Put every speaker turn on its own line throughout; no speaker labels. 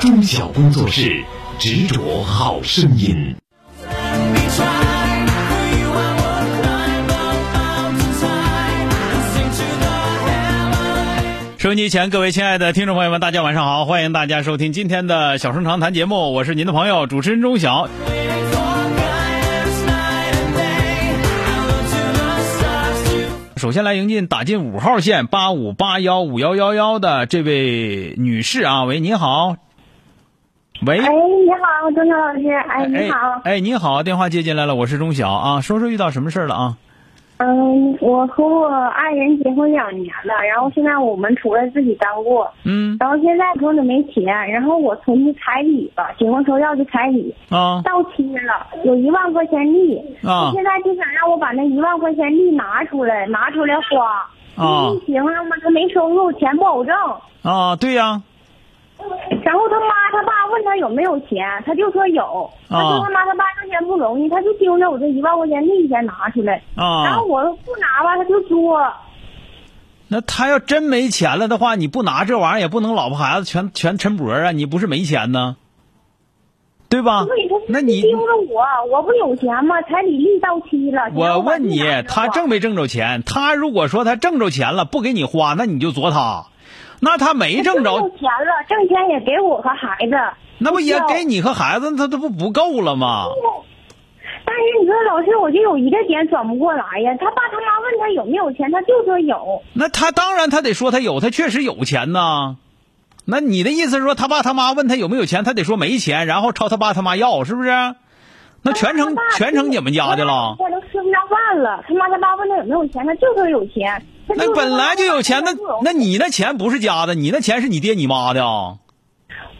中小工作室执着好声音。
收音机前，各位亲爱的听众朋友们，大家晚上好！欢迎大家收听今天的《小声长谈》节目，我是您的朋友主持人钟晓。首先来迎进打进五号线八五八幺五幺幺幺的这位女士啊，喂，你好，喂，
哎，你好，钟晓老师。哎，你好。
哎，你好，电话接进来了，我是钟晓啊，说说遇到什么事儿了啊？
嗯，我和我爱人结婚两年了，然后现在我们除了自己单过，
嗯
然后现在手里没钱，然后我存的彩礼吧，结婚时候要的彩礼
啊
到期了，有一万块钱利，
啊
现在就想让我把那一万块钱利拿出来，拿出来花。
啊
疫情了嘛，他没收入，钱不好挣。
啊，对呀、
然后他妈他爸问他有没有钱，他就说有。他说他妈他爸挣钱不容易，他就盯着我这一万块钱利先拿出来。然
啊
后，我不拿吧，他就说，
那他要真没钱了的话，你不拿这玩意儿也不能老婆孩子全全抻脖啊，你不是没钱呢，对吧
不是？
那
他
你
盯着我，我不有钱吗？彩礼利到期了。
我问你
然后我就拿着，
他挣没挣着钱？他如果说他挣着钱了，不给你花，那你就作他；那他没挣
我
着
挣，钱了，挣钱也给我和孩子。啊
那不也
不需要
给你和孩子，他这不不够了吗？
但是你说老师，我就有一个点转不过来呀。他爸他妈问他有没有钱，他就说有。
那他当然他得说他有，他确实有钱呐。那你的意思是说，他爸他妈问他有没有钱，他得说没钱，然后朝他爸他妈要，是不是？那全成
他爸
全成你们家的了。
我都吃不上饭了。他妈他爸问他有没有钱，他就说有钱。他就
那
说
本来就有钱，那
他不容易
那你那钱不是家的，你那钱是你爹你妈的啊。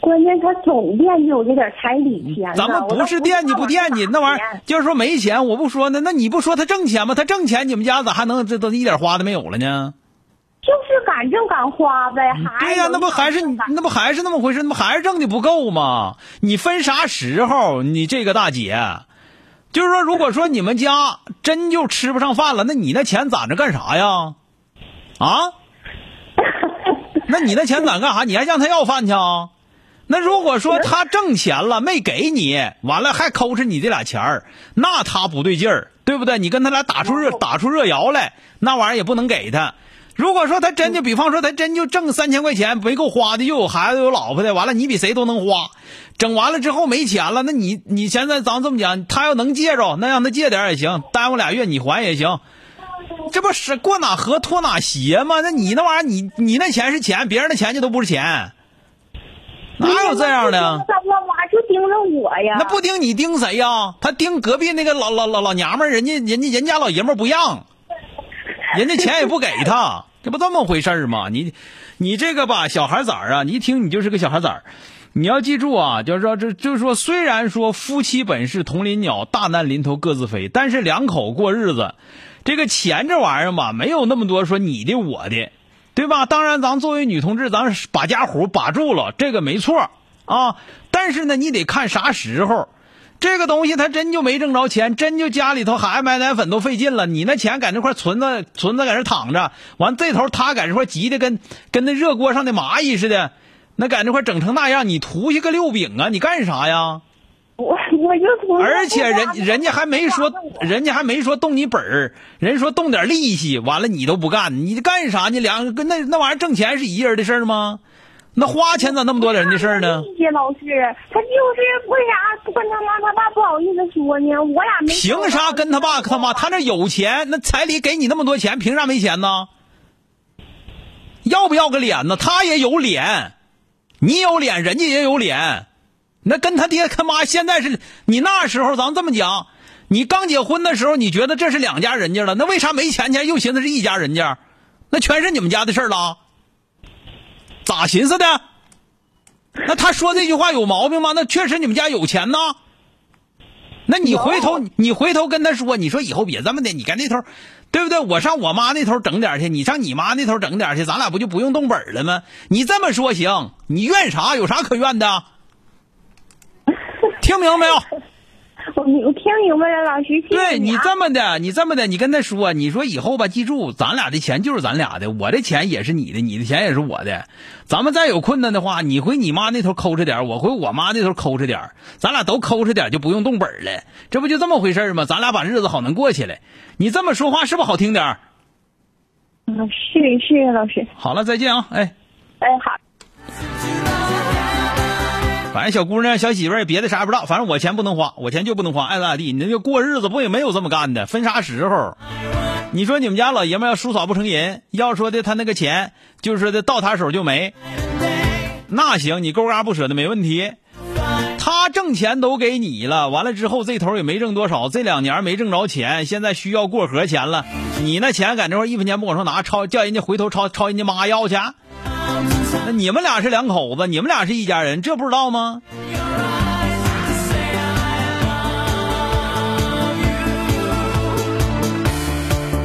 关键他总惦记我这点彩礼钱呢。
咱们
我
不
都
是
知道
惦记不
往
惦
哪
记，那玩意
钱
儿就是说没钱，我不说呢。那你不说他挣钱吗？他挣钱，你们家咋还能这都一点花都没有了呢？
就是敢挣敢花呗，还
嗯对呀、
有
那不还是
敢
你
挣敢
那不还是那么回事？那不还是挣的不够吗？你分啥时候？你这个大姐，就是说，如果说你们家真就吃不上饭了，那你那钱攒着干啥呀？ 啊？那你那钱攒干啥？你还向他要饭去啊？那如果说他挣钱了没给你，完了还抠着你这俩钱儿，那他不对劲儿，对不对？你跟他俩打出热打出热窑来，那玩意儿也不能给他。如果说他真就比方说他真就挣三千块钱没够花的，又有孩子有老婆的，完了你比谁都能花，整完了之后没钱了，那你你现在咱这么讲，他要能借着，那让他借点儿也行，耽误俩月你还也行，这不是过哪河脱哪鞋吗？那你那玩意儿，你你那钱是钱，别人的钱就都不是钱，哪有这样的？
他妈妈就盯着我呀。
那不盯你盯谁呀？他盯隔壁那个老老老老娘们儿，人家人家人家老爷们儿不让， 人家钱也不给他，这不这么回事儿吗？你你这个吧，小孩崽儿啊，你一听你就是个小孩崽儿。你要记住啊，就是说，这就是说，虽然说夫妻本是同林鸟，大难临头各自飞，但是两口过日子，这个钱这玩意儿吧，没有那么多说你的我的，对吧？当然，咱作为女同志，咱是把家虎把住了，这个没错啊。但是呢，你得看啥时候，这个东西他真就没挣着钱，真就家里头孩子买奶粉都费劲了，你那钱搁那块存着存着，搁那躺着，完这头他搁这块急的跟跟那热锅上的蚂蚁似的，那搁那块整成那样，你图下个六饼啊？你干啥呀？
我我就从
而且人人家还没说，人家还没说动你本儿，人说动点利息，完了你都不干，你干啥？你两个跟那那玩意儿挣钱是一人的事儿吗？那花钱咋那么多人的事儿呢？
谢谢老师，他就是为啥不跟他妈他爸不好意思说呢？我俩没
凭啥跟他爸他妈？他那有钱，那彩礼给你那么多钱，凭啥没钱呢？要不要个脸呢？他也有脸，你有脸，人家也有脸。那跟他爹他妈现在是你那时候，咱们这么讲，你刚结婚的时候，你觉得这是两家人家了，那为啥没钱前又寻思是一家人家？那全是你们家的事儿了，咋寻思的？那他说这句话有毛病吗？那确实你们家有钱呐。那你回头你回头跟他说，你说以后别这么的，你跟那头，对不对？我上我妈那头整点去，你上你妈那头整点去，咱俩不就不用动本了吗？你这么说行，你怨啥？有啥可怨的？啊听明白没有？
我我听明白了，老师。谢谢
对
你
你
啊
这么的，你这么的，你跟他说，你说以后吧，记住，咱俩的钱就是咱俩的，我的钱也是你的，你的钱也是我的。咱们再有困难的话，你回你妈那头抠着点儿，我回我妈那头抠着点儿，咱俩都抠着点儿，就不用动本儿了。这不就这么回事儿吗？咱俩把日子好能过起来。你这么说话是不是好听点儿？
嗯是是老师，
好了，再见啊！哎，
哎好。
反正小姑娘、小媳妇儿别的啥也不知道，反正我钱不能花，我钱就不能花，爱咋咋地。你那就过日子不也没有这么干的，分啥时候？你说你们家老爷们儿要叔嫂不成人，要说的他那个钱就是说的到他手就没，那行，你勾嘎不舍得没问题。他挣钱都给你了，完了之后这头也没挣多少，这两年没挣着钱，现在需要过河钱了。你那钱在那块儿一分钱不往上拿，抄叫人家回头抄抄人家妈要去。啊那你们俩是两口子，你们俩是一家人，这不知道吗？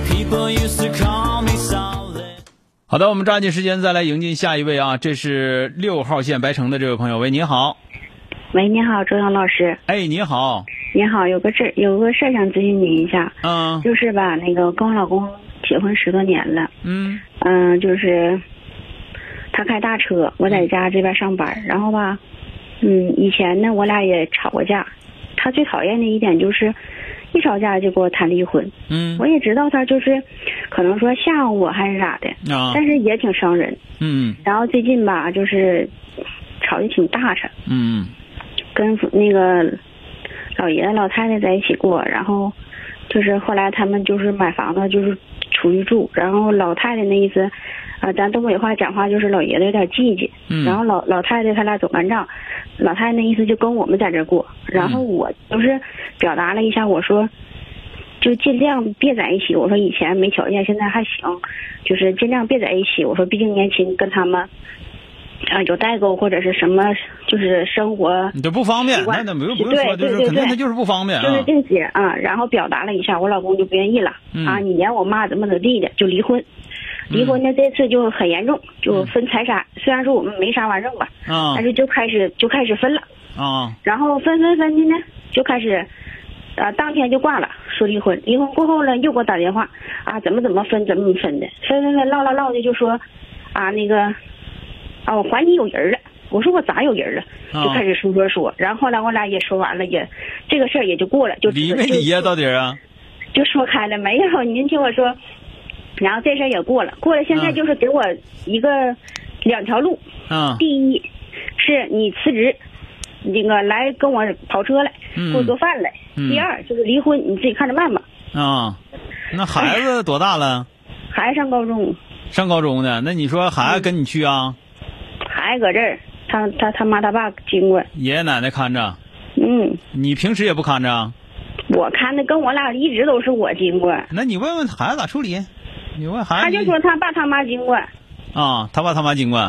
People used to call me solid.
好的，我们抓紧时间再来迎进下一位啊，这是六号线白城的这位朋友，喂，你好，
喂，你好，周阳老师，
哎，你好，
你好，有个事儿有个事儿想咨询您一下，
嗯
就是吧，那个跟我老公结婚十多年了，
嗯
嗯、就是他开大车，我在家这边上班，然后吧，嗯，以前呢我俩也吵过架，他最讨厌的一点就是一吵架就给我谈离婚，
嗯
我也知道他就是可能说吓唬我还是咋的，
啊
但是也挺伤人。
嗯
然后最近吧，就是吵得挺大声。
嗯
跟那个老爷爷老太太在一起过，然后就是后来他们就是买房子，就是出去住，然后老太太那意思，啊、咱东北话讲话就是老爷子有点记记，
嗯
然后老老太太他俩总干仗，老太太那意思就跟我们在这儿过，然后我就是表达了一下，我说。就尽量别在一起。我说以前没条件，现在还行，就是尽量别在一起。我说毕竟年轻，跟他们啊、有代沟或者是什么，就是生活
嗯你这不方便，那那不用不用说，就
对对
是
对
肯定
对
他就是不方便
就是
啊。
这些啊，然后表达了一下，我老公就不愿意了、
嗯
啊，你撵我妈怎么怎么地的，就离婚。离婚呢，这次就很严重，就分财产。虽然说我们没啥玩意儿吧，
啊
但是就开始就开始分了。
啊
然后分分分的呢，就开始，呃，当天就挂了，说离婚。离婚过后呢，又给我打电话，啊，怎么怎么分，怎么怎么分的，分分分唠唠唠的，就说，啊，那个，啊，我怀你有人了。我说我咋有人了？
啊
就开始说说说，然后后来我俩也说完了，也这个事儿也就过了，就
离没离呀？到底啊？
就说开了，没有，您听我说，然后这事儿也过了，过了，现在
嗯
就是给我一个、两条路，
啊
第一是你辞职，那个来跟我跑车来，
嗯
给我做饭来；
嗯
第二就是离婚，你自己看着办吧。
啊，那孩子多大了？
孩子上高中，
上高中呢？那你说孩子跟你去啊？
孩子搁这儿，他他他妈他爸经过，
爷爷奶奶看着，
嗯，
你平时也不看着？
我看的跟我俩一直都是我经过，
那你问问孩子咋处理？啊你问孩
他
子
就说他爸他妈经过。
啊，他爸他妈经过。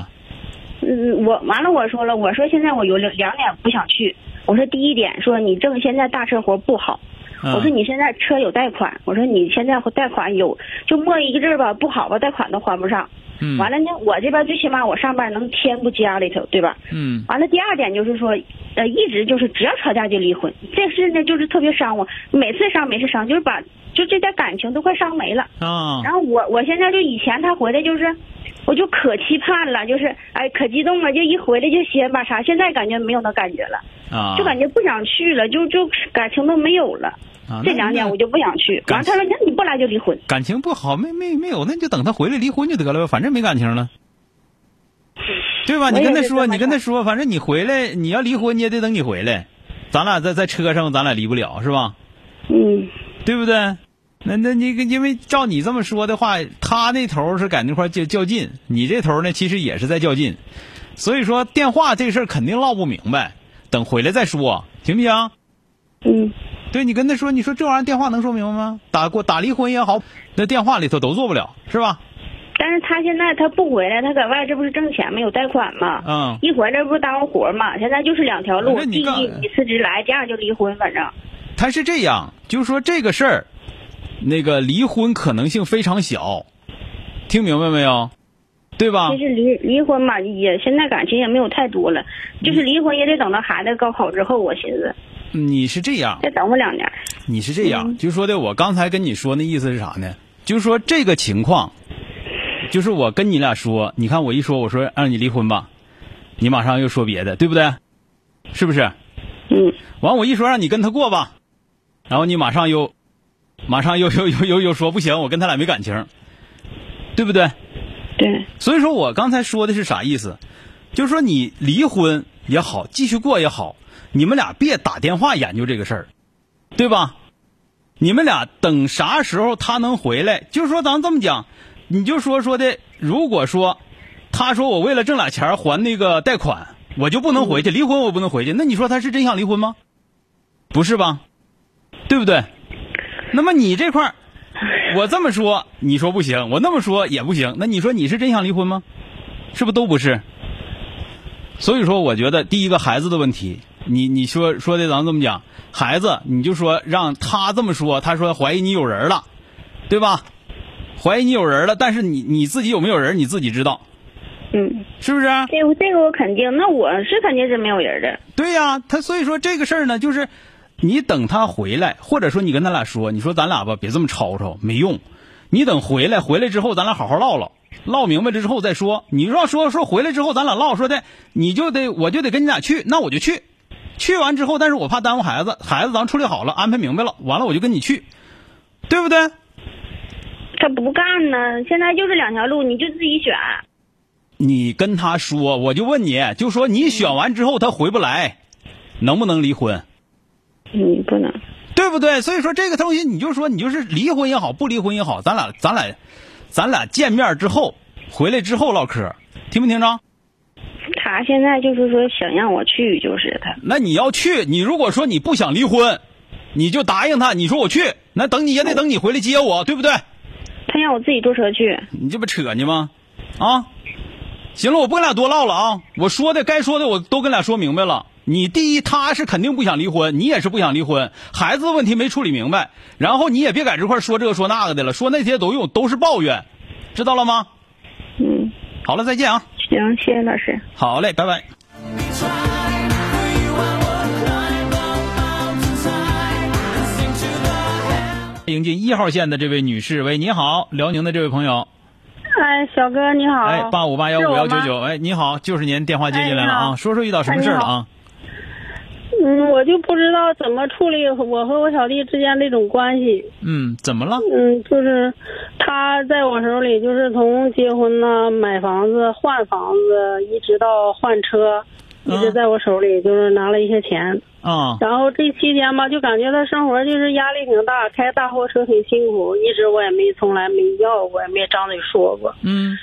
嗯，我完了，我说了，我说现在我有两两点不想去。我说第一点，说你挣现在大车活不好。
嗯
我说你现在车有贷款，我说你现在贷款有，就摸一个字儿吧，不好吧，贷款都还不上。
嗯
完了呢，我这边最起码我上班能填补家里头，对吧？
嗯
完了，第二点就是说，呃，一直就是只要吵架就离婚，这事呢就是特别伤我，每次伤每次伤，就是把就这点感情都快伤没了。
啊
然后我我现在就以前他回来就是，我就可期盼了，就是哎可激动了，就一回来就歇吧啥，现在感觉没有那感觉了，
啊，
就感觉不想去了，就就感情都没有了。
啊
这两点我就不想去。完
感
了他说那你不来就离婚，
感情不好，没没没有，那你就等他回来离婚就得了呗，反正没感情了，对吧？
我也
你跟他
是这
说，
么
你跟他
想
说，反正你回来，你要离婚你也得等你回来，咱俩在在车上，咱俩离不了是吧？
嗯，
对不对？那那你因为照你这么说的话，他那头是在那块较较劲，你这头呢其实也是在较劲，所以说电话这事儿肯定唠不明白，等回来再说，行不行？
嗯，
对你跟他说，你说这玩意儿电话能说明白吗？打过打离婚也好，那电话里头都做不了，是吧？
但是是他现在他不回来，他在外这不是挣钱吗？有贷款吗？
嗯
一回来不是耽误活吗？现在就是两条路，
那
第
你干
一你辞职来，第二就离婚，反正
他是这样，就是说这个事儿，那个离婚可能性非常小，听明白没有？对吧？
其实离离婚嘛，也现在感情也没有太多了，就是离婚也得等到孩子高考之后，我寻思
你是这样，
再等我两年。
你是这
嗯
样，就说的我刚才跟你说那意思是啥呢？就是说这个情况，就是我跟你俩说，你看我一说，我说让你离婚吧，你马上又说别的，对不对？是不是？
嗯，
完我一说让你跟他过吧，然后你马上又，马上又又又又又说不行，我跟他俩没感情，对不对？
对，
所以说我刚才说的是啥意思？就是说你离婚也好，继续过也好，你们俩别打电话研究这个事儿，对吧？你们俩等啥时候他能回来？就是说，咱这么讲，你就说说的，如果说他说我为了挣俩钱儿还那个贷款，我就不能回去，离婚我不能回去，那你说他是真想离婚吗？不是吧？对不对？那么你这块儿，我这么说你说不行，我那么说也不行，那你说你是真想离婚吗？是不是都不是？所以说，我觉得第一个孩子的问题，你你说说的，咱们这么讲，孩子你就说让他这么说，他说怀疑你有人了，对吧？怀疑你有人了，但是你你自己有没有人你自己知道，
嗯，
是不是？啊
这个这个我肯定，那我是肯定是没有人的。
对呀、他所以说这个事儿呢，就是你等他回来，或者说你跟他俩说，你说咱俩吧，别这么吵吵，没用。你等回来，回来之后咱俩好好唠唠，唠明白了之后再说。你要说说回来之后咱俩唠，说的你就得我就得跟你俩去，那我就去。去完之后，但是我怕耽误孩子，孩子咱处理好了，安排明白了，完了我就跟你去，对不对？
他不干呢，现在就是两条路，你就自己选。
你跟他说，我就问你，就说你选完之后他回不来，能不能离婚？
你不能，
对不对？所以说这个东西，你就说你就是离婚也好，不离婚也好，咱俩咱俩咱俩见面之后，回来之后唠嗑，听没听着？
他现在就是说想让我去，就是他。
那你要去，你如果说你不想离婚，你就答应他，你说我去，那等你也得等你回来接我，对不对？
他让我自己坐车去。
你这不扯呢吗？啊，行了，我不跟俩多唠了啊，我说的该说的我都跟俩说明白了。你第一，他是肯定不想离婚，你也是不想离婚，孩子的问题没处理明白，然后你也别在这块儿说这个说那个的了，说那些都用都是抱怨，知道了吗？
嗯，
好了，再见啊！
行，谢谢老师。
好嘞，拜拜。迎接一号线的这位女士，喂，你好，辽宁的这位朋友，
哎，小哥你好。
哎，八五八幺
是
五
我
幺
吗
九九，哎，你好，就是您电话接进来了
哎你
啊，
好
说说遇到什么事儿了啊？
嗯，我就不知道怎么处理我和我小弟之间这种关系。
嗯，怎么了？
嗯，就是他在我手里，就是从结婚呐、买房子、换房子，一直到换车，一直
嗯
在我手里，就是拿了一些钱。
啊，
然后这期间吧，就感觉他生活就是压力挺大，开大货车挺辛苦，一直我也没从来没要，我也没张嘴说过。
嗯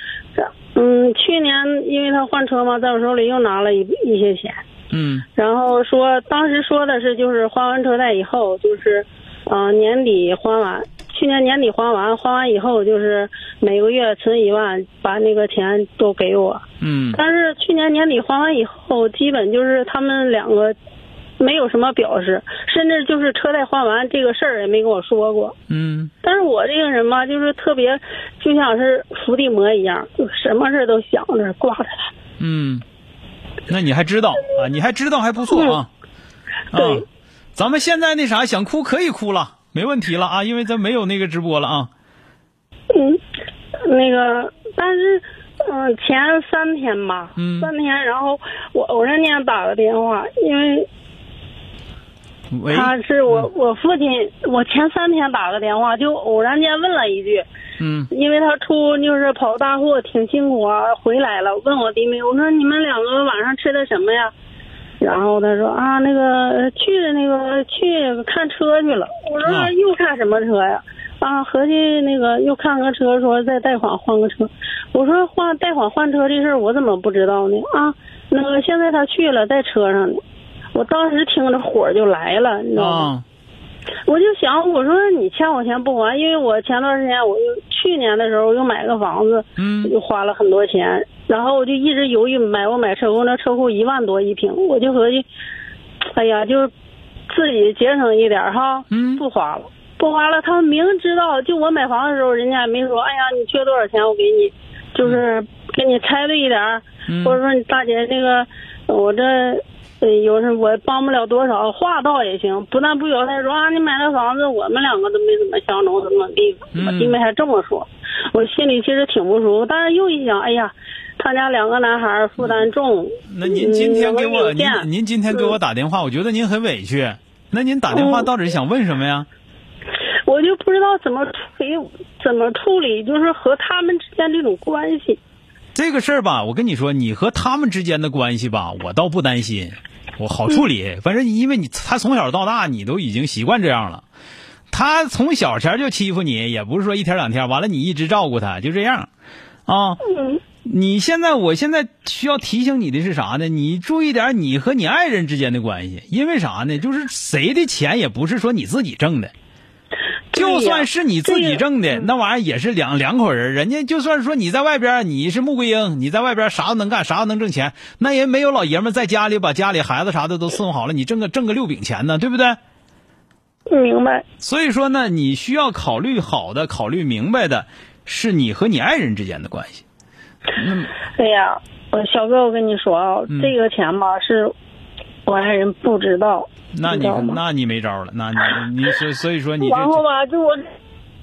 嗯，去年因为他换车嘛，在我手里又拿了一一些钱，
嗯
然后说当时说的是就是呃换完车贷以后就是，呃年底还完，去年年底还完，还完以后就是每个月存一万，把那个钱都给我。
嗯
但是去年年底还完以后，基本就是他们两个没有什么表示，甚至就是车贷还完这个事儿也没跟我说过。
嗯
但是我这个人吧，就是特别就像是伏地魔一样，就什么事儿都想着挂着他。
嗯，那你还知道啊？你还知道还不错啊。啊
嗯对，
咱们现在那啥，想哭可以哭了，没问题了啊，因为咱没有那个直播了啊。
嗯，那个，但是，嗯、前三天吧，
嗯
三天，然后我偶然间打个电话，因为
喂，
他是我、我父亲，我前三天打个电话，就偶然间问了一句，
嗯
因为他出就是跑大货挺辛苦啊，回来了问我弟妹，我说你们两个晚上吃的什么呀？然后他说啊，那个去那个去看车去了。我说、
啊
又看什么车呀？啊，合计那个又看个车，说再贷款换个车。我说换贷款换车这事儿我怎么不知道呢？啊，那个现在他去了，在车上呢。我当时听着火就来了，你知道吗？
啊，
我就想，我说你欠我钱不还，因为我前段时间我又去年的时候我又买个房子，
嗯
又花了很多钱，然后我就一直犹豫买不买车库，那车库一万多一平，我就合计，哎呀，就自己节省一点儿哈，
嗯
不花了，不花了。他们明知道，就我买房的时候，人家也没说，哎呀，你缺多少钱，我给你，就是给你拆了一点儿，
嗯
或者说你大姐那个，我这。呃，有时候我帮不了多少，话倒也行，不但不表态说啊，你买了房子，我们两个都没怎么相中，怎么地，
嗯
我弟妹还这么说，我心里其实挺不舒服，但是又一想，哎呀，他家两个男孩儿负担重，
嗯那您今天给我
嗯嗯
您您今天给我，打电话，我觉得您很委屈。那您打电话到底是想问什么呀？
我就不知道怎么处理，怎么处理，就是和他们之间这种关系。
这个事儿吧，我跟你说，你和他们之间的关系吧，我倒不担心，我好处理。反正因为你他从小到大你都已经习惯这样了，他从小前就欺负你，也不是说一天两天，完了你一直照顾他，就这样，啊。
嗯
你现在，我现在需要提醒你的是啥呢？你注意点你和你爱人之间的关系，因为啥呢？就是谁的钱也不是说你自己挣的，
对呀嗯
就算是你自己挣的，那玩意儿也是两两口人。人家就算说你在外边，你是穆桂英，你在外边啥都能干，啥都能挣钱，那也没有老爷们儿在家里把家里孩子啥的都伺候好了，你挣个挣个六饼钱呢，对不对？
明白。
所以说呢，你需要考虑好的，考虑明白的，是你和你爱人之间的关系。
哎呀，我小哥，我跟你说啊，
嗯
这个钱吧是，我爱人不知道，
那
你
你
知道吗？
那你没招了，那你你所所以说你这
然后吧，就我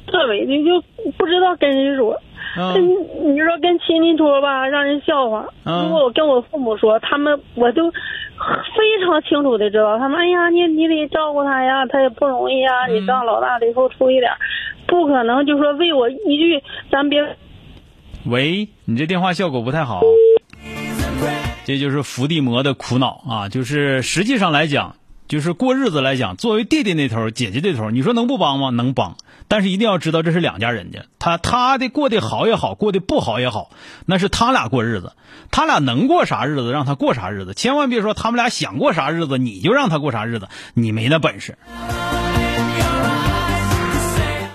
特委屈，就不知道跟谁说。跟
嗯
你说跟亲戚说吧，让人笑话。
嗯
如果我跟我父母说，他们我就非常清楚的知道，他们哎呀，你你得照顾他呀，他也不容易呀，
嗯
你当老大得付出一点儿，不可能就说为我一句，咱别
喂，你这电话效果不太好，这就是伏地魔的苦恼啊！就是实际上来讲，就是过日子来讲，作为弟弟那头儿，姐姐这头儿，你说能不帮吗？能帮，但是一定要知道这是两家人家，他他的过得好也好，过得不好也好，那是他俩过日子，他俩能过啥日子让他过啥日子，千万别说他们俩想过啥日子你就让他过啥日子，你没那本事。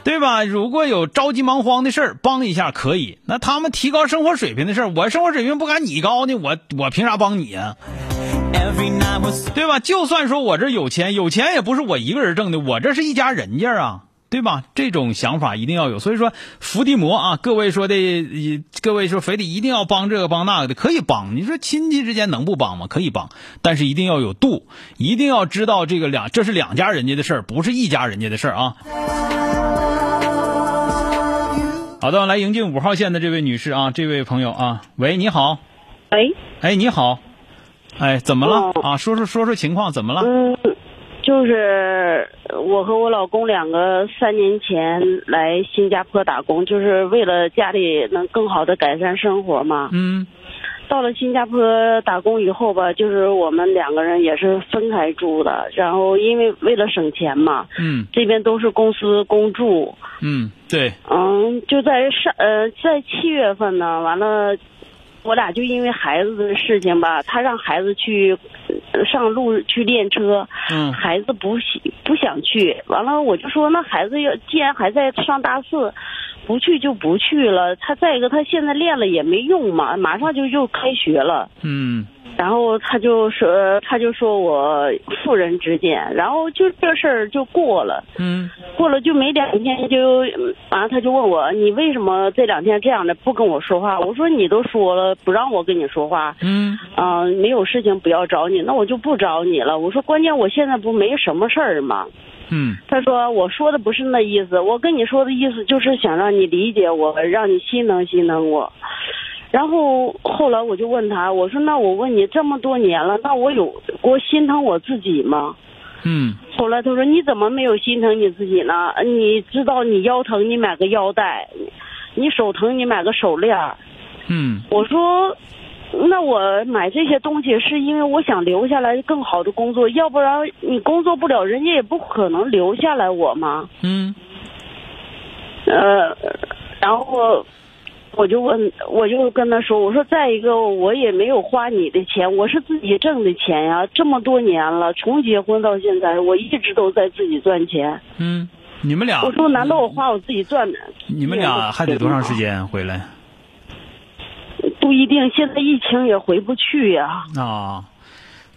对吧？如果有着急忙慌的事儿，帮一下可以。那他们提高生活水平的事儿，我生活水平不敢你高呢，我我凭啥帮你啊？
Every night was
对吧？就算说我这有钱，有钱也不是我一个人挣的，我这是一家人家啊，对吧？这种想法一定要有。所以说，伏地魔啊，各位说的，呃各位说非得一定要帮这个帮那个的，可以帮。你说亲戚之间能不帮吗？可以帮，但是一定要有度，一定要知道这个两，这是两家人家的事儿，不是一家人家的事儿啊。好的，来迎进五号线的这位女士啊，这位朋友啊，喂，你好，
哎，
哎，你好，哎，怎么了
哦
啊？说说说说情况，怎么了？
嗯，就是我和我老公两个三年前来新加坡打工，就是为了家里能更好的改善生活嘛。
嗯
到了新加坡打工以后吧，就是我们两个人也是分开住的，然后因为为了省钱嘛，
嗯
这边都是公司公住，
嗯，对，
嗯，就在上呃在七月份呢，完了，我俩就因为孩子的事情吧，他让孩子去呃上路去练车，
嗯
孩子不喜不想去，完了我就说那孩子要既然还在上大四，不去就不去了。他再一个他现在练了也没用嘛，马上就就开学了。
嗯
然后他就说他就说我妇人之见，然后就这事儿就过了。
嗯
过了就没两天就，嗯完、了他就问我你为什么这两天这样的不跟我说话？我说你都说了不让我跟你说话，
嗯
嗯、没有事情不要找你，那我就不找你了。我说关键我现在不没什么事儿吗？
嗯
他说我说的不是那意思，我跟你说的意思就是想让你理解我，让你心疼心疼我。然后后来我就问他，我说那我问你这么多年了，那我有我心疼我自己吗？
嗯
后来他说：“你怎么没有心疼你自己呢？呃你知道你腰疼，你买个腰带；你手疼，你买个手链儿。
嗯”
我说：“那我买这些东西是因为我想留下来更好的工作，要不然你工作不了，人家也不可能留下来我嘛。
嗯”
呃，然后我就问，我就跟他说，我说再一个，我也没有花你的钱，我是自己挣的钱呀、这么多年了，从结婚到现在，我一直都在自己赚钱。
嗯，你们俩
我，说难道我花我自己赚的？
嗯你们俩还得多长时？间回来
不一定，现在疫情也回不去呀、
啊？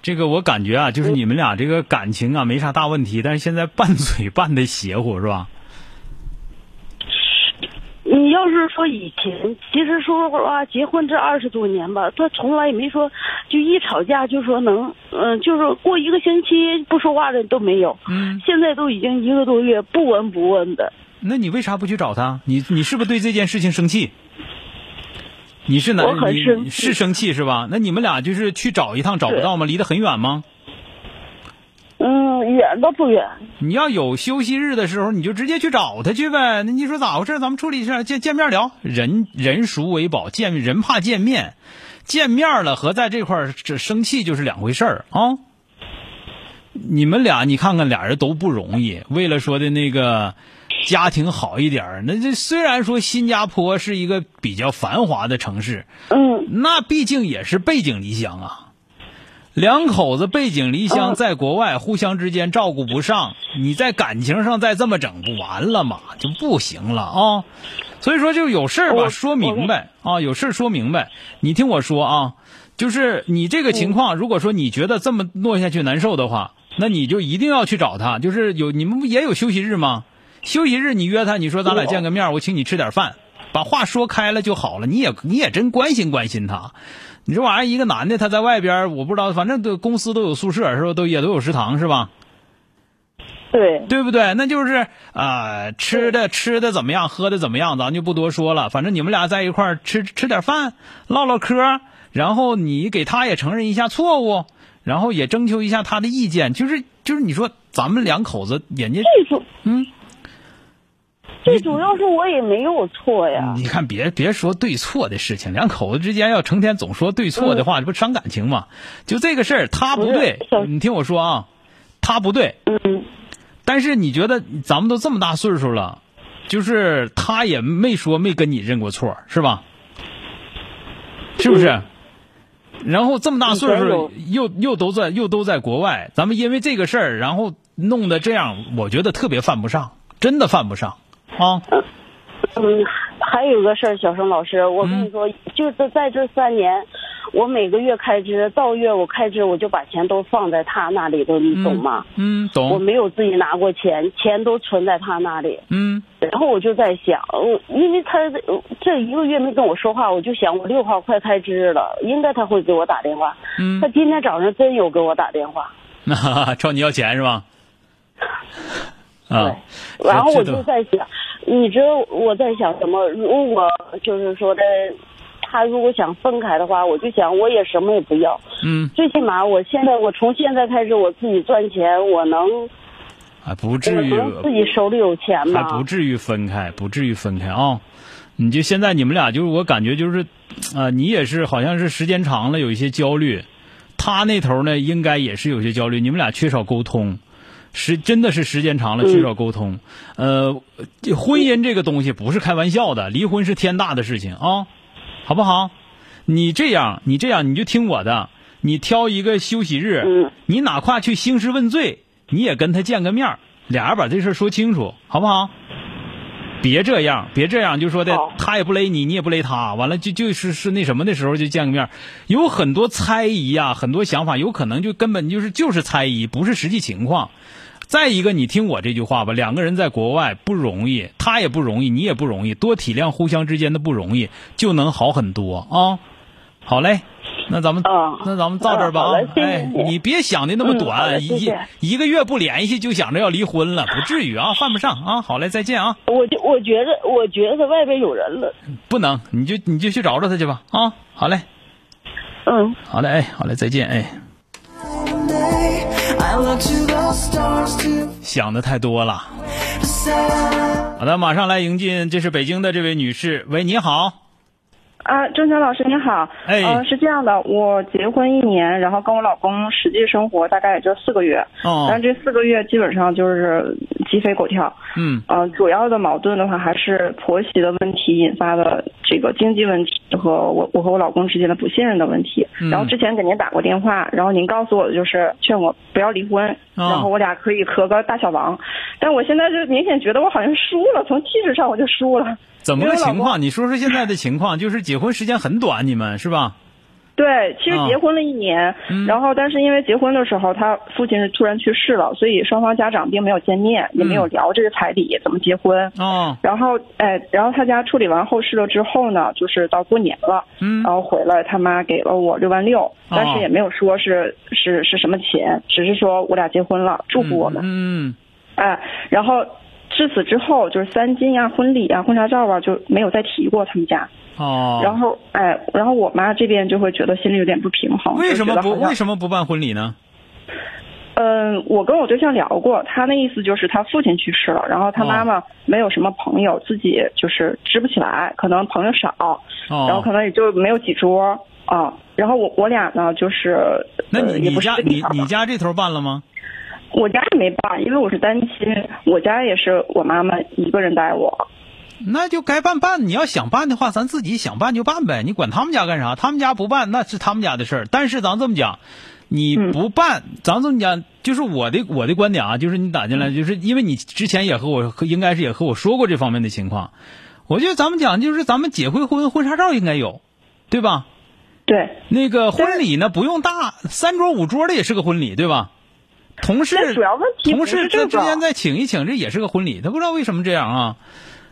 这个我感觉啊，就是你们俩这个感情啊没啥大问题，但是现在拌嘴拌的邪乎是吧？
你要是说以前，其实说实话，结婚这二十多年吧，他从来也没说，就一吵架就说能，嗯、就是过一个星期不说话的都没有。
嗯，
现在都已经一个多月不闻不问的。
那你为啥不去找他？你你是不是对这件事情生气？你是哪？
我很
你
生气
是生气是吧？那你们俩就是去找一趟找不到吗？离得很远吗？
嗯，远倒不远。
你要有休息日的时候，你就直接去找他去呗。那你说咋回事？咱们处理一下，见见面聊。人人孰为宝，见人怕见面，见面了和在这块儿这生气就是两回事儿啊。你们俩，你看看俩人都不容易，为了说的那个家庭好一点儿，那这虽然说新加坡是一个比较繁华的城市，
嗯，
那毕竟也是背井离乡啊。两口子背井离乡，
嗯
在国外互相之间照顾不上，你在感情上再这么整，不完了吗？就不行了啊！所以说，就有事儿吧，
我
说明白啊，有事儿说明白。你听我说啊，就是你这个情
嗯
况，如果说你觉得这么落下去难受的话，那你就一定要去找他。就是有你们不也有休息日吗？休息日你约他，你说咱俩见个面儿，我请你吃点饭，把话说开了就好了。你也你也真关心关心他。你这玩意儿，一个男的他在外边儿，我不知道，反正都公司都有宿舍是吧？都也都有食堂是吧？
对，
对不对？那就是呃，吃的吃的怎么样，喝的怎么样，咱就不多说了。反正你们俩在一块儿吃吃点饭，唠唠嗑儿，然后你给他也承认一下错误，然后也征求一下他的意见。就是就是，你说咱们两口子，人家
最主
嗯，
最主要是我也没有错呀。
你看别别说对错的事情，两口子之间要成天总说对错的话，这不伤感情吗？就这个事儿，他不
嗯不是
对
小，
你听我说啊，他不对，
嗯，
但是你觉得咱们都这么大岁数了，就是他也没说没跟你认过错，是吧？是不是？然后这么大岁
嗯以前
数
有，
又又都在又都在国外，咱们因为这个事儿，然后弄得这样，我觉得特别犯不上，真的犯不上啊！
呃嗯，还有个事儿，小生老师，我跟你
嗯
说，就是在这三年，我每个月开支到月我开支，我就把钱都放在他那里头，你懂吗？
嗯，
我
懂，
没有自己拿过钱，钱都存在他那里。
嗯
然后我就在想，我因为他呃这一个月没跟我说话，我就想我六号快开支了，应该他会给我打电话。
嗯
他，今天早上真有给我打电话，
那 找你要钱是吧？啊，
对，然后我
这
就
都
在想，你知道我在想什么？如果就是说的，他如果想分开的话，我就想我也什么也不要，
嗯，
最起码我现在我从现在开始我自己赚钱，我能
还不
我
至于，
能自己手里有钱
还不
吧？
至于分开，不至于分开啊、你就现在你们俩就是我感觉就是，啊、你也是好像是时间长了有一些焦虑，他那头呢应该也是有些焦虑，你们俩缺少沟通。时真的是时间长了
嗯
缺少沟通，呃，这婚姻这个东西不是开玩笑的，离婚是天大的事情啊、好不好？你这样，你这样，你就听我的，你挑一个休息日，
嗯
你哪怕去兴师问罪，你也跟他见个面儿，俩人把这事儿说清楚，好不好？别这样，别这样，就说的
好
他也不勒你，你也不勒他，完了就就是是那什么的时候就见个面儿，有很多猜疑啊，很多想法，有可能就根本就是就是猜疑，不是实际情况。再一个，你听我这句话吧，两个人在国外不容易，他也不容易，你也不容易，多体谅互相之间的不容易，就能好很多啊、好嘞，那咱们、
嗯
那咱们到这儿吧啊
嗯好嘞，谢谢
哎，
你
你别想的那么
嗯好
短，
嘞谢谢
一一个月不联系就想着要离婚了，不至于啊，犯不上啊。好嘞，再见啊，
我就我觉着，我觉着外边有人了。
不能，你就你就去找找他去吧啊。好嘞，
嗯。
好嘞，哎，好嘞，再见，哎。
I look to the stars to
想的太多了。
decide.
好的，马上来迎进，这是北京的这位女士。喂，你好，
啊，郑强老师您好，
哎
呃，是这样的，我结婚一年，然后跟我老公实际生活大概也就四个月，
哦
但，这四个月基本上就是鸡飞狗跳，
嗯
呃，主要的矛盾的话还是婆媳的问题引发的这个经济问题和我我和我老公之间的不信任的问题。
嗯
然后之前给您打过电话，然后您告诉我的就是劝我不要离婚，
哦
然后我俩可以磕个大小王，但我现在就明显觉得我好像输了，从气质上我就输了。
怎么
因
个
为我老
情
公
况？你说说现在的情况，就是结婚时间很短，你们是吧？
对，其实
啊
结婚了一年，
嗯
然后但是因为结婚的时候他父亲是突然去世了，所以双方家长并没有见面，也没有聊这个彩礼怎么结婚。
哦，
然后，哎，然后他家处理完后事了之后呢，就是到过年了，
嗯
然后回来他妈给了我六万六，但
哦
是也没有说是是是什么钱，只是说我俩结婚了，祝福我们。
嗯，
哎，然后至此之后就是三金呀、婚礼啊、婚纱照啊就没有再提过他们家。
嗯哦，
然后哎，然后我妈这边就会觉得心里有点不平衡。
为什么不为
么？
什么不办婚礼呢？
嗯，我跟我对象聊过，他那意思就是他父亲去世了，然后他妈妈没有什么朋友，自己就是支不起来，可能朋友少，
哦，
然后可能也就没有几桌啊。然后我我俩呢，就是
那
呃
你
也
你
不是
家
非
你
常
你家这头办了吗？
我家也没办，因为我是单亲，我家也是我妈妈一个人带我。
那就该办办，你要想办的话，咱自己想办就办呗，你管他们家干啥？他们家不办那是他们家的事儿。但是咱这么讲，你
嗯
不办，咱这么讲，就是我的我的观点啊，就是你打
嗯
进来，就是因为你之前也和我和应该是也和我说过这方面的情况，我觉得咱们讲就是咱们结婚婚婚纱照应该有，对吧？
对，
那个婚礼呢不用大，三桌五桌的也是个婚礼，对吧？同事
但主要问题
同
不
事
是
之
这
之
个
间再请一请，这也是个婚礼，他不知道为什么这样啊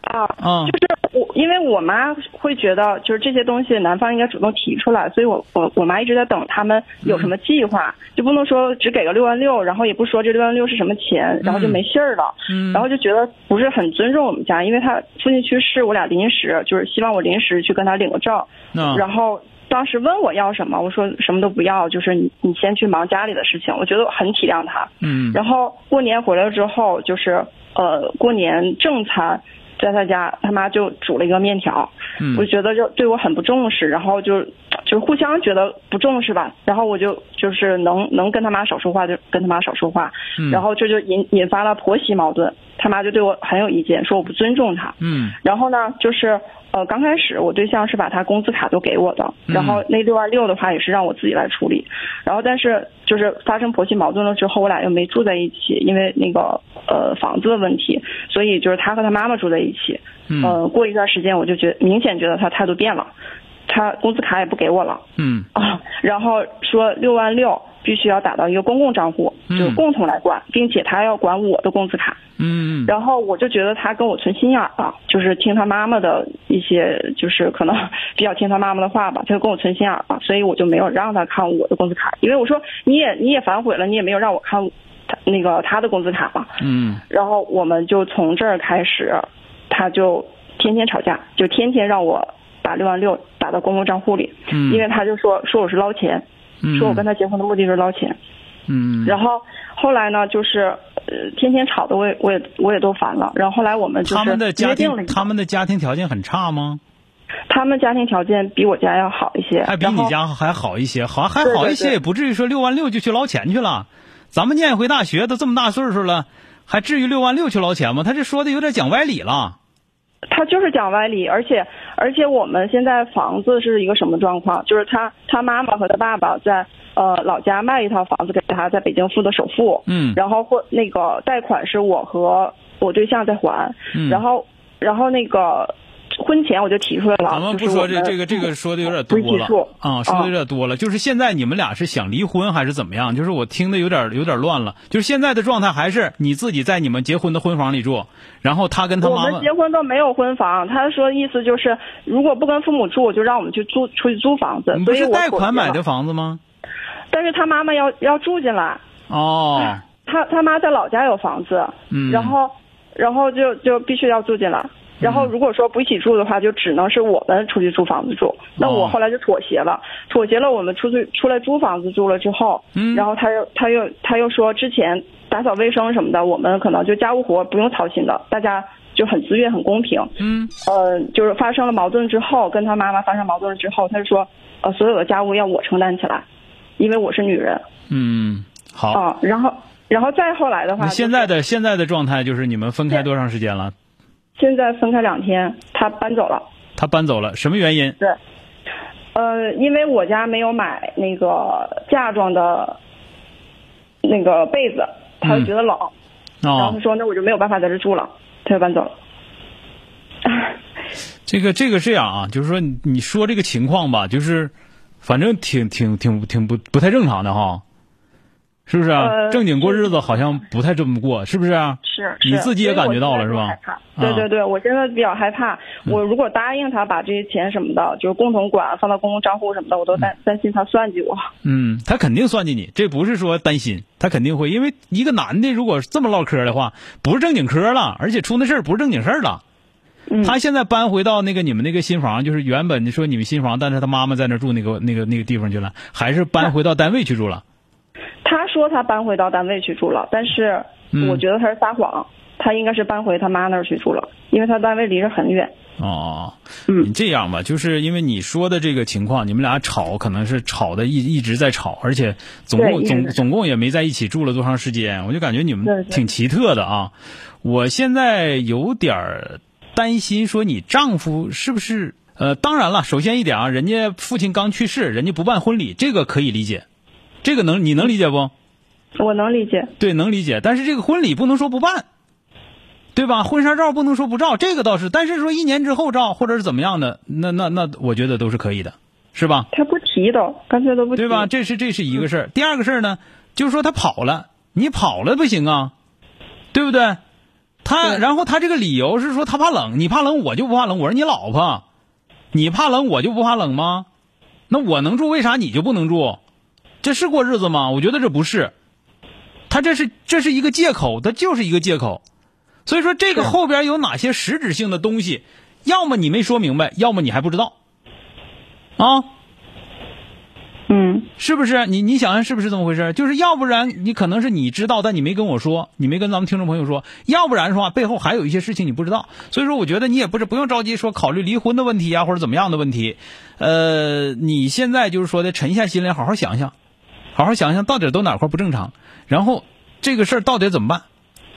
啊，
啊。
就是我，因为我妈会觉得，就是这些东西男方应该主动提出来，所以我我我妈一直在等他们有什么计划，就不能说只给个六万六，然后也不说这六万六是什么钱，然后就没信儿了，
嗯
然后就觉得不是很尊重我们家，因为他父亲去世，我俩临时就是希望我临时去跟他领个证，
那
然后。当时问我要什么，我说什么都不要，就是你你先去忙家里的事情。我觉得我很体谅他，
嗯，
然后过年回来之后，就是呃，过年正餐在他家，他妈就煮了一个面条，
嗯
我觉得就对我很不重视，然后就就互相觉得不重视吧，然后我就就是能能跟他妈少说话就跟他妈少说话，
嗯
然后这就引引发了婆媳矛盾，他妈就对我很有意见，说我不尊重他，
嗯
然后呢，就是呃，刚开始我对象是把他工资卡都给我的，
嗯
然后那六万六的话也是让我自己来处理，然后但是就是发生婆媳矛盾了之后，我俩又没住在一起，因为那个呃房子的问题，所以就是他和他妈妈住在一起。
嗯
呃，过一段时间我就觉明显觉得他态度变了，他工资卡也不给我了
嗯
啊，然后说六万六必须要打到一个公共账户，
嗯
就是共同来管，并且他要管我的工资卡。
嗯，
然后我就觉得他跟我存心眼儿了，就是听他妈妈的一些，就是可能比较听他妈妈的话吧，他就跟我存心眼儿了，所以我就没有让他看我的工资卡，因为我说你也你也反悔了，你也没有让我看他那个他的工资卡嘛。
嗯
然后我们就从这儿开始，他就天天吵架，就天天让我把六万六打到公共账户里，
嗯，
因为他就说说我是捞钱，说我跟他结婚的目的就是捞钱。
嗯，
然后后来呢，就是呃，天天吵的，我也我也我也都烦了。然后后来我们就是
他们的家
约定了
庭
一个，
他们的家庭条件很差吗？
他们家庭条件比我家要好一些，
还比
然后
你家还好一些，好还
对
好
对
一些，
对
也不至于说六万六就去捞钱去了。咱们念一回大学都这么大岁数了，还至于六万六去捞钱吗？他这说的有点讲歪理了。
他就是讲歪理，而且而且我们现在房子是一个什么状况？就是他他妈妈和他爸爸在呃老家卖一套房子给他，在北京付的首付，
嗯
然后或那个贷款是我和我对象在还，
嗯
然后然后那个婚前我就提出来了，
咱们不
啊就是
说
我
这
们嗯
这个这个说的有点
不
多
计
了
数
啊，说的有点多了。就是现在你们俩是想离婚还是怎么样？就是我听的有点有点乱了。就是现在的状态还是你自己在你们结婚的婚房里住，然后他跟他
我
妈妈
们结婚都没有婚房，他说意思就是如果不跟父母住，就让我们去租出去租房子
你。不
所以
是
我
贷款
妥协
买的
了，
房子吗？
但是他妈妈要要住进来，
哦，
他他妈在老家有房子，
嗯
然后然后就就必须要住进来。然后如果说不一起住的话，就只能是我们出去租房子住。
哦
那我后来就妥协了，妥协了，我们出去出来租房子住了之后，
嗯
然后他又他又他又说之前打扫卫生什么的，我们可能就家务活不用操心的，大家就很自愿很公平。
嗯
呃，就是发生了矛盾之后，跟他妈妈发生矛盾之后，他就说，呃，所有的家务要我承担起来，因为我是女人
嗯，好。
啊、然后，然后再后来的话，
那现
就是
在的现在的状态就是你们分开多长时间了？
现在分开两天，他搬走了。
他搬走了，什么原因？
对，呃，因为我家没有买那个嫁妆的，那个被子，他就觉得冷，然后
哦
他，说那我就没有办法在这住了，他就搬走了。
这个这个这样啊，就是说你你说这个情况吧，就是反正挺挺挺挺不不太正常的哈，是不是、啊
呃
正经过日子好像不太这么过，是不是、啊？
是，
你
是
自己也感觉到了是吧？
所以我现在就害怕对
啊嗯
对对，我现在比较害怕，我如果答应他把这些钱什么的，就是共同管放到公共账户什么的，我都担担心他算计我。
嗯，他肯定算计你，这不是说担心，他肯定会，因为一个男的如果这么唠嗑的话，不是正经嗑了，而且出那事儿不是正经事儿了。
嗯
他现在搬回到那个你们那个新房，就是原本你说你们新房，但是他妈妈在那儿住那个那个那个地方去了，还是搬回到单位去住了？
他说他搬回到单位去住了，但是
嗯
我觉得他是撒谎，他应该是搬回他妈那儿去住了，因为他单位离着很远。
哦，
嗯
你这样吧，就是因为你说的这个情况，你们俩吵可能是吵的一一直在吵，而且总
对
共
一直
总
在
总共也没在一起住了多长时间，我就感觉你
对
们
对
挺奇特的啊。我现在有点儿担心，说你丈夫是不是？呃，当然了，首先一点啊，人家父亲刚去世，人家不办婚礼，这个可以理解，这个能你能理解不？
我能理解，
对，能理解。但是这个婚礼不能说不办，对吧？婚纱照不能说不照，这个倒是。但是说一年之后照，或者是怎么样的，那那那，我觉得都是可以的，是吧？
他不提都，干脆都不提。
对吧？这是这是一个事儿。第二个事儿呢，就是说他跑了，你跑了不行啊，对不对？他然后他这个理由是说他怕冷，你怕冷我就不怕冷，我是你老婆，你怕冷我就不怕冷吗？那我能住，为啥你就不能住？这是过日子吗？我觉得这不是，他这是这是一个借口，他就是一个借口。所以说这个后边有哪些实质性的东西，要么你没说明白，要么你还不知道，啊。
嗯，
是不是？你你想想是不是这么回事？就是要不然你可能是你知道，但你没跟我说，你没跟咱们听众朋友说；要不然的话，背后还有一些事情你不知道。所以说，我觉得你也不是不用着急说考虑离婚的问题啊，或者怎么样的问题。呃，你现在就是说的沉下心来，好好想想，好好想想到底都哪块不正常，然后这个事儿到底怎么办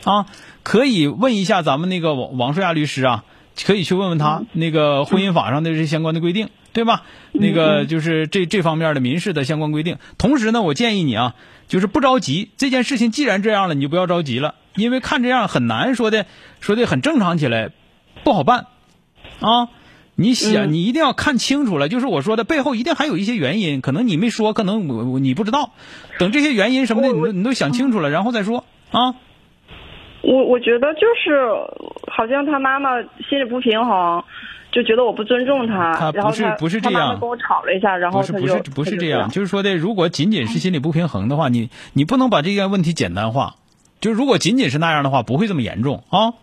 啊？可以问一下咱们那个王王树亚律师啊，可以去问问他、那个婚姻法上的这相关的规定，对吧？那个就是这这方面的民事的相关规定。同时呢，我建议你啊，就是不着急，这件事情既然这样了，你就不要着急了，因为看这样很难说的说的很正常起来，不好办啊。你想，你一定要看清楚了，就是我说的背后一定还有一些原因，可能你没说，可能我我你不知道，等这些原因什么的，你都你都想清楚了，然后再说啊。
我我觉得就是好像他妈妈心里不平衡，就觉得我不尊重他，
他
然后
不是
他
不是
他
这样
妈妈跟我吵了一下，然后
不是
他就
不是不
他
是
就
这样，
样。嗯
就是说的，如果仅仅是心理不平衡的话，你你不能把这个问题简单化。就是如果仅仅是那样的话，不会这么严重啊。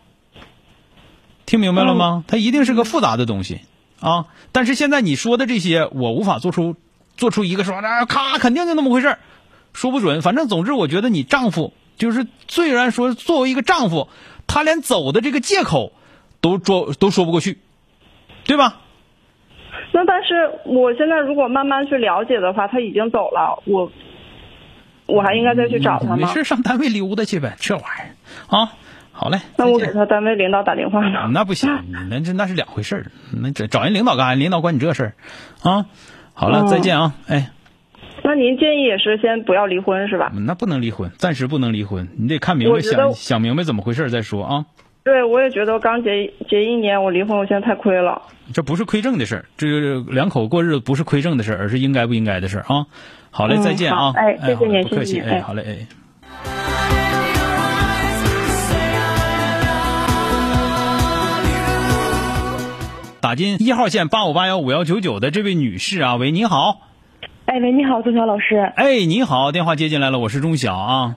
听明白了
嗯
吗？它一定是个复杂的东西啊。但是现在你说的这些，我无法做出做出一个说啊，咔，肯定就那么回事儿说不准。反正总之，我觉得你丈夫就是虽然说作为一个丈夫，他连走的这个借口都说都说不过去，对吧？
那但是我现在如果慢慢去了解的话，他已经走了，我我还应该再去找他
嗯没
吗？
事，上单位溜达去呗，这玩意儿啊，好嘞。
那我
再
给
见
他单位领导打电话呢。
嗯那不行，那这那是两回事儿，那这找人领导干，领导管你这事儿啊。好了，
哦
再见啊！哎，
那您建议也是先不要离婚是吧？
那不能离婚，暂时不能离婚，你得看明白，
我觉得
想想明白怎么回事儿再说啊。
对，我也觉得我刚结结一年，我离婚，我现在太亏了。
这不是亏正的事儿，这个两口过日子不是亏正的事儿，而是应该不应该的事儿啊。好嘞，
嗯
再见啊！
好哎谢谢
好嘞
您
不客气，
谢谢您
哎，
哎
好嘞，哎。打进一号线八五八幺五幺九九的这位女士啊，喂，你好，
哎喂，你好，钟晓老师。
哎，你好，电话接进来了，我是钟晓啊，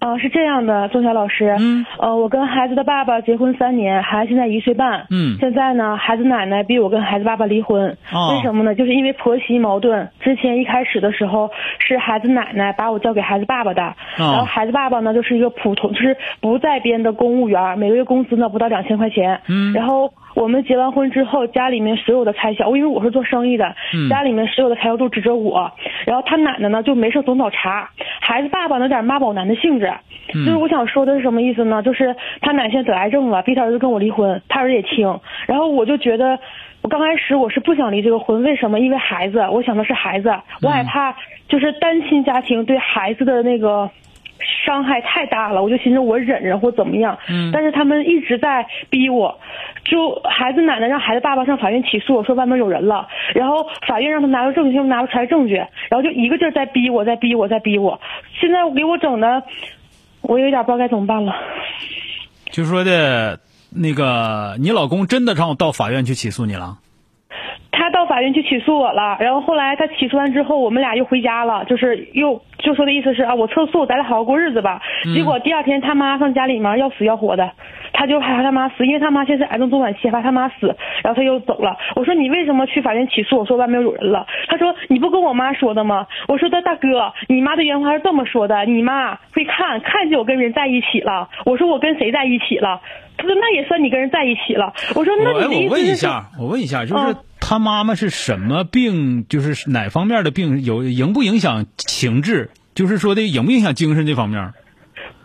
呃，是这样的，仲晓老师，
嗯，
呃，我跟孩子的爸爸结婚三年，孩子现在一岁半，
嗯
现在呢，孩子奶奶逼我跟孩子爸爸离婚，
哦
为什么呢？就是因为婆媳矛盾。之前一开始的时候是孩子奶奶把我交给孩子爸爸
哦
的，然
啊
后孩子爸爸呢就是一个普通，就是不在编的公务员，每个月工资呢不到两千块钱，
嗯
然后我们结完婚之后，家里面所有的开销，我因为我是做生意的，
嗯
家里面所有的开销都指着我。然后他奶奶呢，就没事总找茬。孩子爸爸呢有点妈宝男的性质，
嗯
就是我想说的是什么意思呢？就是他奶现在得癌症了，逼他儿子跟我离婚，他儿子也听。然后我就觉得，我刚开始我是不想离这个婚，为什么？因为孩子，我想的是孩
嗯
子，我害怕就是单亲家庭对孩子的那个。伤害太大了，我就寻思我忍忍或怎么样，
嗯
但是他们一直在逼我，就孩子奶奶让孩子爸爸上法院起诉我说外面有人了，然后法院让他拿出证据，他拿不出来证据，然后就一个劲儿在逼我，在逼我，在逼我，现在给我整的，我有点不知道该怎么办了。
就说的，那个你老公真的让我到法院去起诉你了？
他到法院去起诉我了，然后后来他起诉完之后，我们俩又回家了，就是又就说的意思是啊，我撤诉，咱俩好好过日子吧。
嗯
结果第二天他妈上家里面要死要活的，他就害怕他妈死，因为他妈现在是癌症中晚期，害怕他妈死，然后他又走了。我说你为什么去法院起诉？我说外面有人了。他说你不跟我妈说的吗？我说的大哥，你妈的原话是这么说的，你妈会看看见我跟人在一起了。我说我跟谁在一起了？他说那也算你跟人在一起了。我说那
我哎，
你的意
我
思
问
是
一
说
下，我问一下，就是
嗯
他妈妈是什么病？就是哪方面的病？有影不影响情志？就是说的影不影响精神这方面？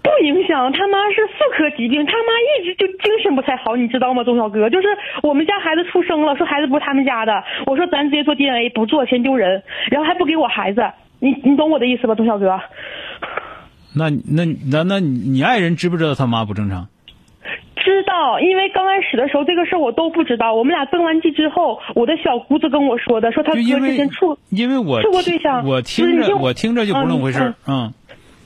不影响，他妈是妇科疾病，他妈一直就精神不太好，你知道吗，钟小哥？就是我们家孩子出生了，说孩子不是他们家的，我说咱直接做 DNA，不做嫌丢人，然后还不给我孩子，你你懂我的意思吧，钟小哥？
那那那那你你爱人知不知道他妈不正常？
知道，因为刚开始的时候这个事儿我都不知道，我们俩登完记之后，我的小姑子跟我说的，说他
就
哥
因
之
为
前处。
因为我
处过
听
对象
我听
不是你
着
听我
我听着就不
嗯
那么回事儿
嗯
嗯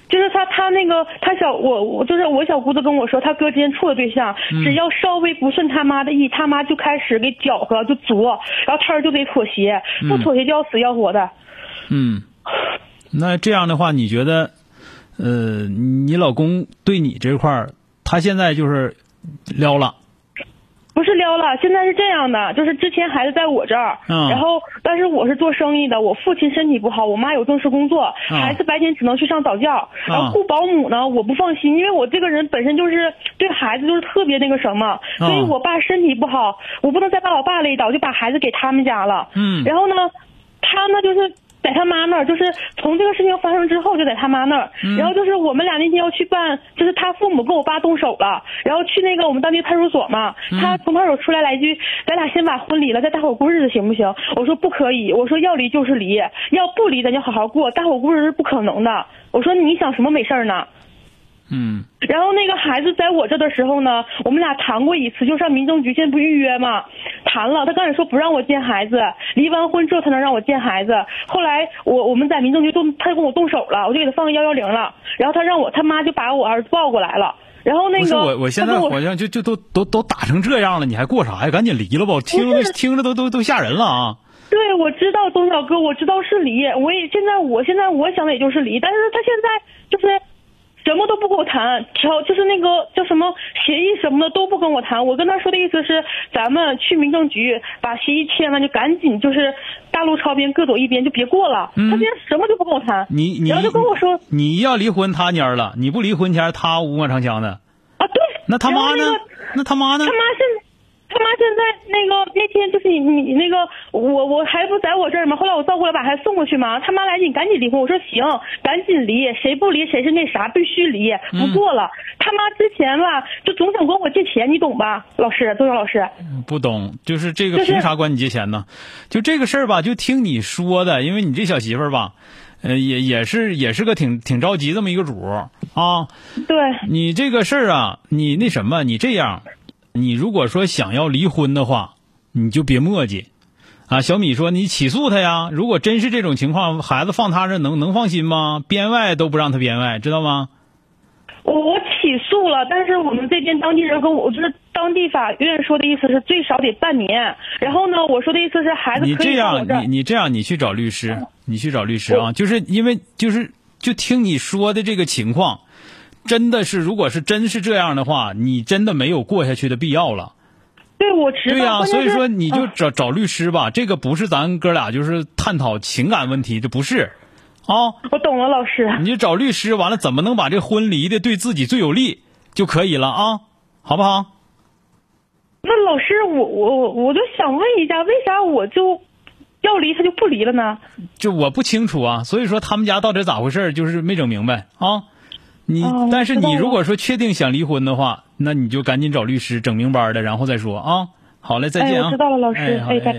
就是他，他那个，他小我，我就是我小姑子跟我说，他哥之前处的对象，
嗯
只要稍微不顺他妈的意，他妈就开始给搅和，就作，然后他儿就得妥协，不妥协就要死要活的。
嗯。那这样的话，你觉得，呃，你老公对你这块儿，他现在就是撩了，
不是撩了，现在是这样的，就是之前孩子在我这儿，
嗯
然后但是我是做生意的，我父亲身体不好，我妈有正式工作，
嗯
孩子白天只能去上早教，然
嗯
后雇保姆呢，我不放心，因为我这个人本身就是对孩子就是特别那个什么，
嗯
所以我爸身体不好，我不能再把我爸累倒，就把孩子给他们家了，
嗯
然后呢，他呢就是。在他妈那儿，就是从这个事情发生之后就在他妈那儿，然后就是我们俩那天要去办，就是他父母跟我爸动手了，然后去那个我们当地派出所嘛，他从派出所出来来一句，咱俩先把婚离了，再大伙过日子行不行？我说不可以，我说要离就是离，要不离咱就好好过，大伙过日子是不可能的。我说你想什么美事儿呢？
嗯
然后那个孩子在我这的时候呢，我们俩谈过一次，就上民政局现在不预约嘛，谈了。他刚才说不让我见孩子，离完婚之后才能让我见孩子。后来我我们在民政局动，他就跟我动手了，我就给他放幺幺零了。然后他让我他妈就把我儿子抱过来了。然后那
不是
个
我，我现在
他跟我
好像就就都都都打成这样了，你还过啥呀？赶紧离了吧，听着听着都都都吓人了啊！
对，我知道董小哥，我知道是离，我也现在我现在我想的也就是离，但是他现在就是什么都不跟我谈，条就是那个叫什么协议什么的都不跟我谈。我跟他说的意思是，咱们去民政局把协议签了，就赶紧就是大路超编各走一边，就别过了。他现在什么都不跟我谈，
你你
然后就跟我说
你要离婚他蔫儿了，你不离婚前他五马长枪的，
啊，对，
那他妈呢
然后那个？
那他妈呢
他？妈现在，他妈现在那个那天就是你你你那个我我还不在我这儿吗？后来我倒过来把孩子送过去嘛。他妈来你赶紧离婚，我说行，赶紧离，谁不离谁是那啥，必须离，不过了。他妈之前吧，就总想管我借钱，你懂吧？老师，周晓老师，
不懂，就是这个
就是
凭啥管你借钱呢？就这个事儿吧，就听你说的，因为你这小媳妇儿吧，呃，也也是也是个挺挺着急这么一个主儿啊。
对，
你这个事儿啊，你那什么，你这样，你如果说想要离婚的话，你就别墨迹。啊，小米说你起诉他呀！如果真是这种情况，孩子放他这能能放心吗？编外都不让他编外，知道吗？
我我起诉了，但是我们这边当地人跟我就是当地法院说的意思是最少得半年。然后呢，我说的意思是孩子
你
可
这
以到我
样，
这儿嗯
你你这样，你去找律师，你去找律师啊！就是因为就是就听你说的这个情况，真的是，如果是真是这样的话，你真的没有过下去的必要了。
对，我知道。
对呀、
关键
所以
是
说你就
嗯
找、找律师吧，这个不是咱哥俩就是探讨情感问题，这不是，啊，
我懂了，老师。
你就找律师，完了怎么能把这婚离的对自己最有利就可以了啊，好不好？
那老师，我我我我就想问一下，为啥我就要离他就不离了呢？
就我不清楚啊，所以说他们家到底咋回事儿，就是没整明白啊。你、
哦我
但是
知道
你如
了
果说确定想离婚的话，那你就赶紧找律师整明白儿了，然后再说啊。好嘞，再
哎
见啊。
我知道了老师
哎，好嘞
哎拜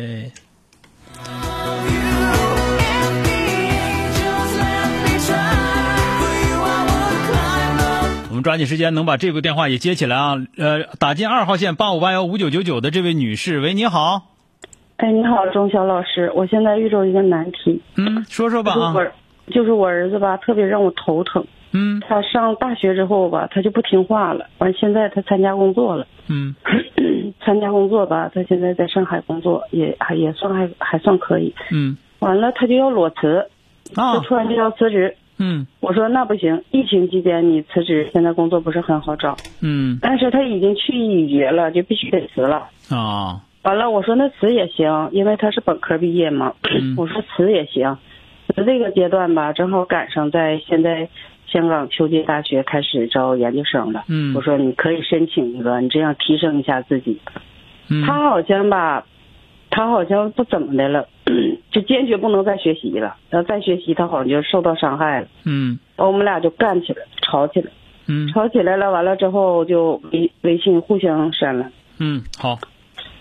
哎我们抓紧时间能把这个电话也接起来啊。呃，打进二号线八五八幺五九九九的这位女士，喂，你好，
哎，你好，钟晓老师，我现在遇到一个难题，
嗯，说说吧
就是
啊
我，儿就是我儿子吧，特别让我头疼。
嗯
他上大学之后吧，他就不听话了，完现在他参加工作了，
嗯
参加工作吧，他现在在上海工作，也还也算还还算可以。
嗯
完了，他就要裸辞，
啊
他突然就要辞职。
嗯
我说那不行，疫情期间你辞职，现在工作不是很好找，
嗯
但是他已经去意已决了，就必须得辞了。
啊
完了，我说那辞也行，因为他是本科毕业嘛。
嗯
我说辞也行，辞这个阶段吧，正好赶上在现在香港秋季大学开始招研究生了。
嗯
我说你可以申请一个，你这样提升一下自己。
嗯
他好像吧，他好像不怎么的了， 就坚决不能再学习了。然后再学习，他好像就受到伤害了。
嗯
完我们俩就干起来，吵起来，
嗯
吵起来了。完了之后就微微信互相删了。
嗯，好，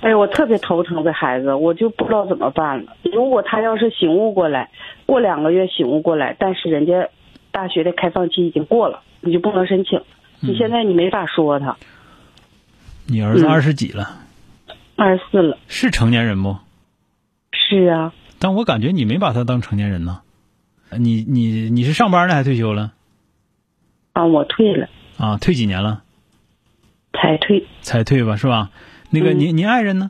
哎呀，我特别头疼这孩子，我就不知道怎么办了。如果他要是醒悟过来，过两个月醒悟过来，但是人家大学的开放期已经过了，你就不能申请。你现在你没法说他，
你儿子
嗯
二十几了，
二十四了。
是成年人不？
是啊，
但我感觉你没把他当成年人呢，你你你是上班呢还退休了
啊，我退了，
啊？退几年了？
才退
才退吧，是吧？那个
嗯
您您爱人呢？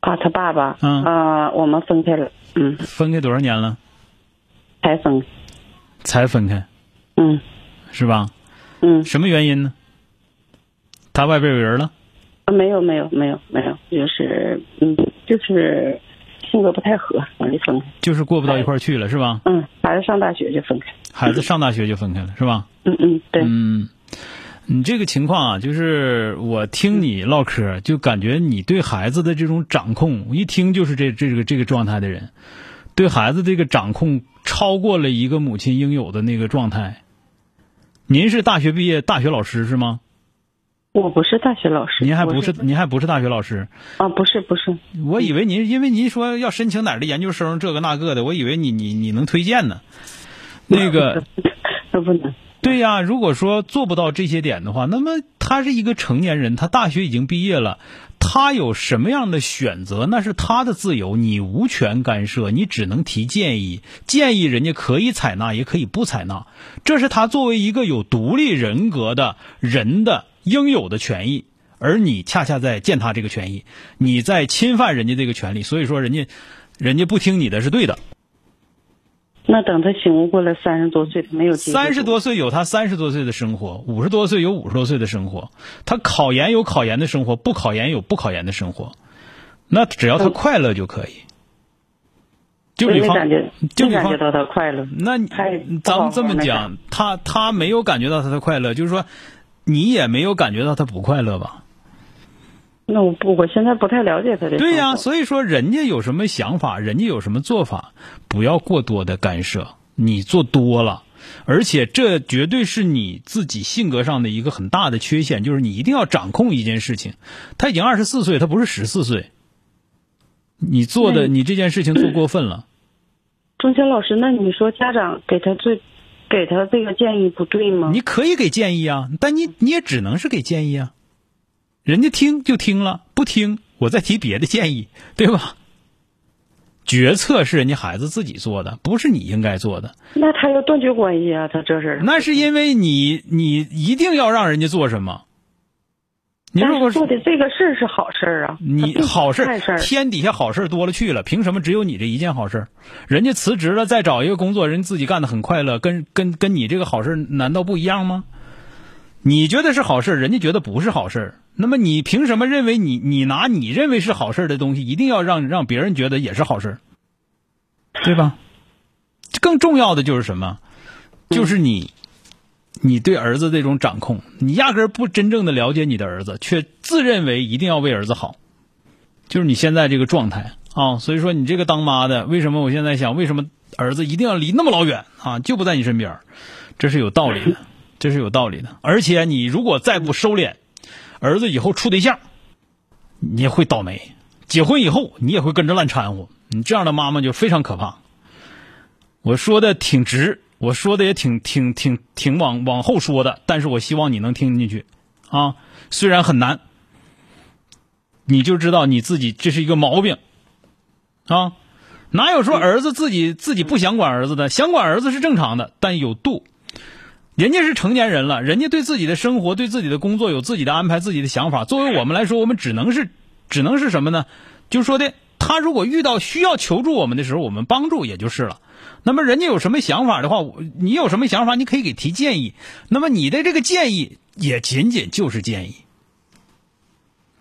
啊。他爸爸，
嗯
啊，我们分开了，嗯，
分开多少年了？
才分，
才分开
嗯
是吧？
嗯，
什么原因呢？他外边有人了？
啊没有没有没有没有，就是嗯，就是性格不太合，我就分开。
就是过不到一块儿去了，是吧？
嗯，孩子上大学就分开。
孩子上大学就分开了，是吧？
嗯嗯，对，
嗯，你这个情况啊，就是我听你唠嗑，就感觉你对孩子的这种掌控，一听就是这这个这个状态的人，对孩子这个掌控超过了一个母亲应有的那个状态。您是大学毕业大学老师是吗？
我不是大学老师，
您还
我
不是您还不是大学老师，
啊，不是不是，
我以为您因为您说要申请哪儿的研究生这个那个的，我以为你你你能推荐呢。那个
那不能。
对呀、如果说做不到这些点的话，那么他是一个成年人，他大学已经毕业了，他有什么样的选择，那是他的自由，你无权干涉，你只能提建议，建议人家可以采纳，也可以不采纳，这是他作为一个有独立人格的人的应有的权益。而你恰恰在践踏这个权益，你在侵犯人家这个权利，所以说人家，人家不听你的是对的。
那等他醒悟过来，三十多岁他没有机会
三十多岁有他三十多岁的生活，五十多岁有五十多岁的生活。他考研有考研的生活，不考研有不考研的生活。那只要他快乐就可以。就比
嗯没
方
感觉，
就
没
比
感
方
觉到他快乐。
那你
太不
咱们
好
这么
了
讲，他他没有感觉到他的快乐，就是说，你也没有感觉到他不快乐吧？
那我不，我现在不太了解他的。
对呀、所以说人家有什么想法，人家有什么做法，不要过多的干涉。你做多了，而且这绝对是你自己性格上的一个很大的缺陷，就是你一定要掌控一件事情。他已经二十四岁，他不是十四岁。你做的，
那
你这件事情做过分了。
钟晓老师，那你说家长给他最，给他这个建议不对吗？
你可以给建议啊，但你你也只能是给建议啊。人家听就听了，不听我再提别的建议，对吧？决策是人家孩子自己做的，不是你应该做的。
那他要断绝关系啊，他这是
那是因为你你一定要让人家做什么，你如果
做的这个事儿是好事儿啊，
你好事
坏事儿
天底下好事儿多了去了，凭什么只有你这一件好事儿？人家辞职了再找一个工作，人自己干的很快乐，跟跟跟你这个好事儿难道不一样吗？你觉得是好事儿，人家觉得不是好事儿，那么你凭什么认为你你拿你认为是好事儿的东西，一定要让让别人觉得也是好事儿，对吧？更重要的就是什么？就是你，你对儿子这种掌控，你压根儿不真正的了解你的儿子，却自认为一定要为儿子好，就是你现在这个状态啊。所以说，你这个当妈的，为什么我现在想，为什么儿子一定要离那么老远啊，就不在你身边儿？这是有道理的，这是有道理的。而且你如果再不收敛，儿子以后处对象，你也会倒霉。结婚以后，你也会跟着乱掺和。你这样的妈妈就非常可怕。我说的挺直，我说的也挺挺挺挺往往后说的，但是我希望你能听进去，啊，虽然很难，你就知道你自己这是一个毛病，啊，哪有说儿子自己自己不想管儿子的？想管儿子是正常的，但有度。人家是成年人了，人家对自己的生活、对自己的工作有自己的安排、自己的想法。作为我们来说，我们只能是，只能是什么呢？就说的，他如果遇到需要求助我们的时候，我们帮助也就是了。那么人家有什么想法的话，我你有什么想法，你可以给提建议。那么你的这个建议也仅仅就是建议。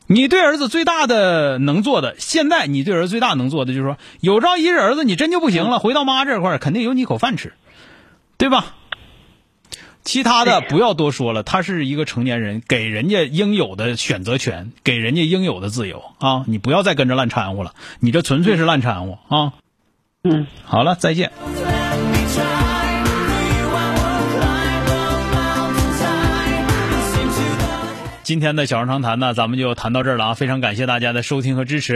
你对儿子最大的能做的，现在你对儿子最大能做的就是说，有朝一日儿子你真就不行了，回到妈这块儿肯定有你口饭吃，对吧？其他的不要多说了，他是一个成年人，给人家应有的选择权，给人家应有的自由啊！你不要再跟着乱掺和了，你这纯粹是乱掺和啊！
嗯，
好了，再见。今天的小人长谈呢，咱们就谈到这儿了啊！非常感谢大家的收听和支持。